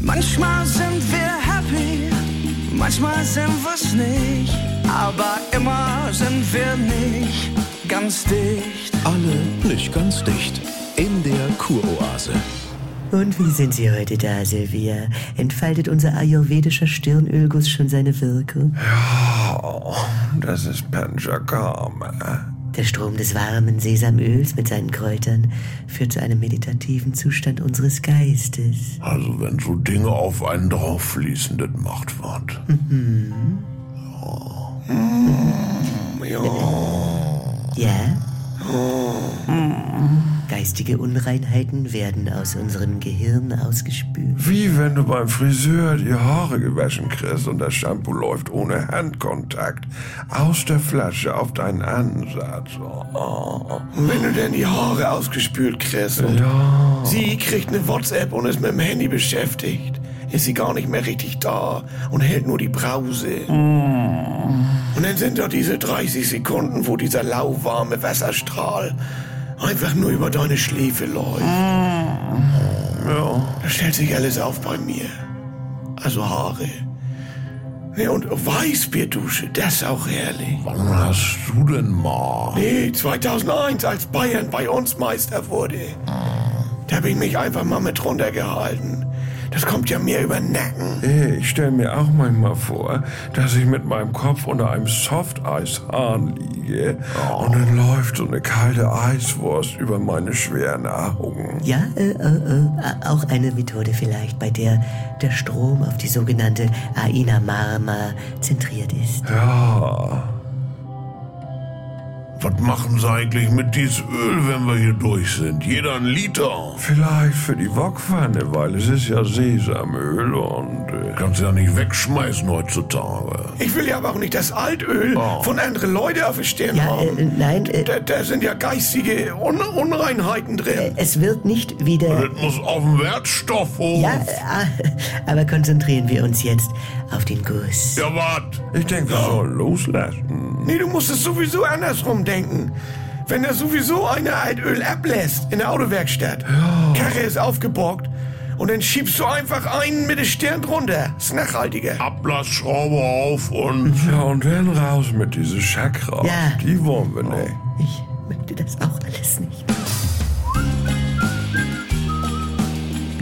Manchmal sind wir happy, manchmal sind wir's nicht, aber immer sind wir nicht ganz dicht. Alle nicht ganz dicht. In der Kuroase. Und wie sind Sie heute da, Silvia? Entfaltet unser ayurvedischer Stirnölguss schon seine Wirkung? Ja, das ist Panchakarma. Der Strom des warmen Sesamöls mit seinen Kräutern führt zu einem meditativen Zustand unseres Geistes. Also wenn so Dinge auf einen drauf fließen, das macht was. Mhm. Ja. Mhm. Ja. Ja? Oh, hm. Geistige Unreinheiten werden aus unserem Gehirn ausgespült. Wie wenn du beim Friseur die Haare gewaschen kriegst und das Shampoo läuft ohne Handkontakt aus der Flasche auf deinen Ansatz. Oh. Wenn du denn die Haare ausgespült kriegst und Ja. sie kriegt eine WhatsApp und ist mit dem Handy beschäftigt, ist sie gar nicht mehr richtig da und hält nur die Brause. Mm. Und dann sind da diese 30 Sekunden, wo dieser lauwarme Wasserstrahl einfach nur über deine Schläfe läuft. Mm. Ja. Da stellt sich alles auf bei mir. Also Haare. Ja, und Weißbierdusche, das ist auch herrlich. Wann hast du denn mal? Nee, 2001, als Bayern bei uns Meister wurde. Da habe ich mich einfach mal mit runtergehalten. Das kommt ja mir über den Nacken. Hey, Ich stelle mir auch manchmal vor, dass ich mit meinem Kopf unter einem Softeishahn liege und dann läuft so eine kalte Eiswurst über meine schweren Augen. Ja, äh, äh, äh, a- auch eine Methode vielleicht, bei der der Strom auf die sogenannte Aina Marma zentriert ist. Ja, Was machen sie eigentlich mit diesem Öl, wenn wir hier durch sind? Jeder ein Liter. vielleicht für die Wokpfanne, weil es ist ja Sesamöl und... Äh, Kannst du ja nicht wegschmeißen heutzutage. Ah. Ich will ja aber auch nicht das Altöl von anderen Leuten auf den Stirn Ja, äh, haben. äh, nein, äh, da, da sind ja geistige Un Unreinheiten drin. es wird nicht wieder. Das muss auf den Wertstoffhof. Ja, äh, ah, aber konzentrieren wir uns jetzt auf den Guss. Ja, wat? ich denke, ich soll loslassen. Nee, du musst es sowieso andersrum denken. Wenn da sowieso einer Altöl ablässt in der Autowerkstatt, Karre ist aufgeborgt und dann schiebst du einfach einen mit der Stirn drunter. Ist nachhaltiger. Ablassschraube auf und Ja, und dann raus mit diese Chakra. Ja. Die wollen wir nicht. Ich möchte das auch alles nicht.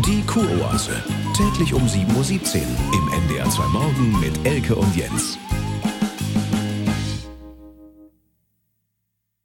Die Kuroase. Täglich um 7.17 Uhr im NDR 2 Morgen mit Elke und Jens.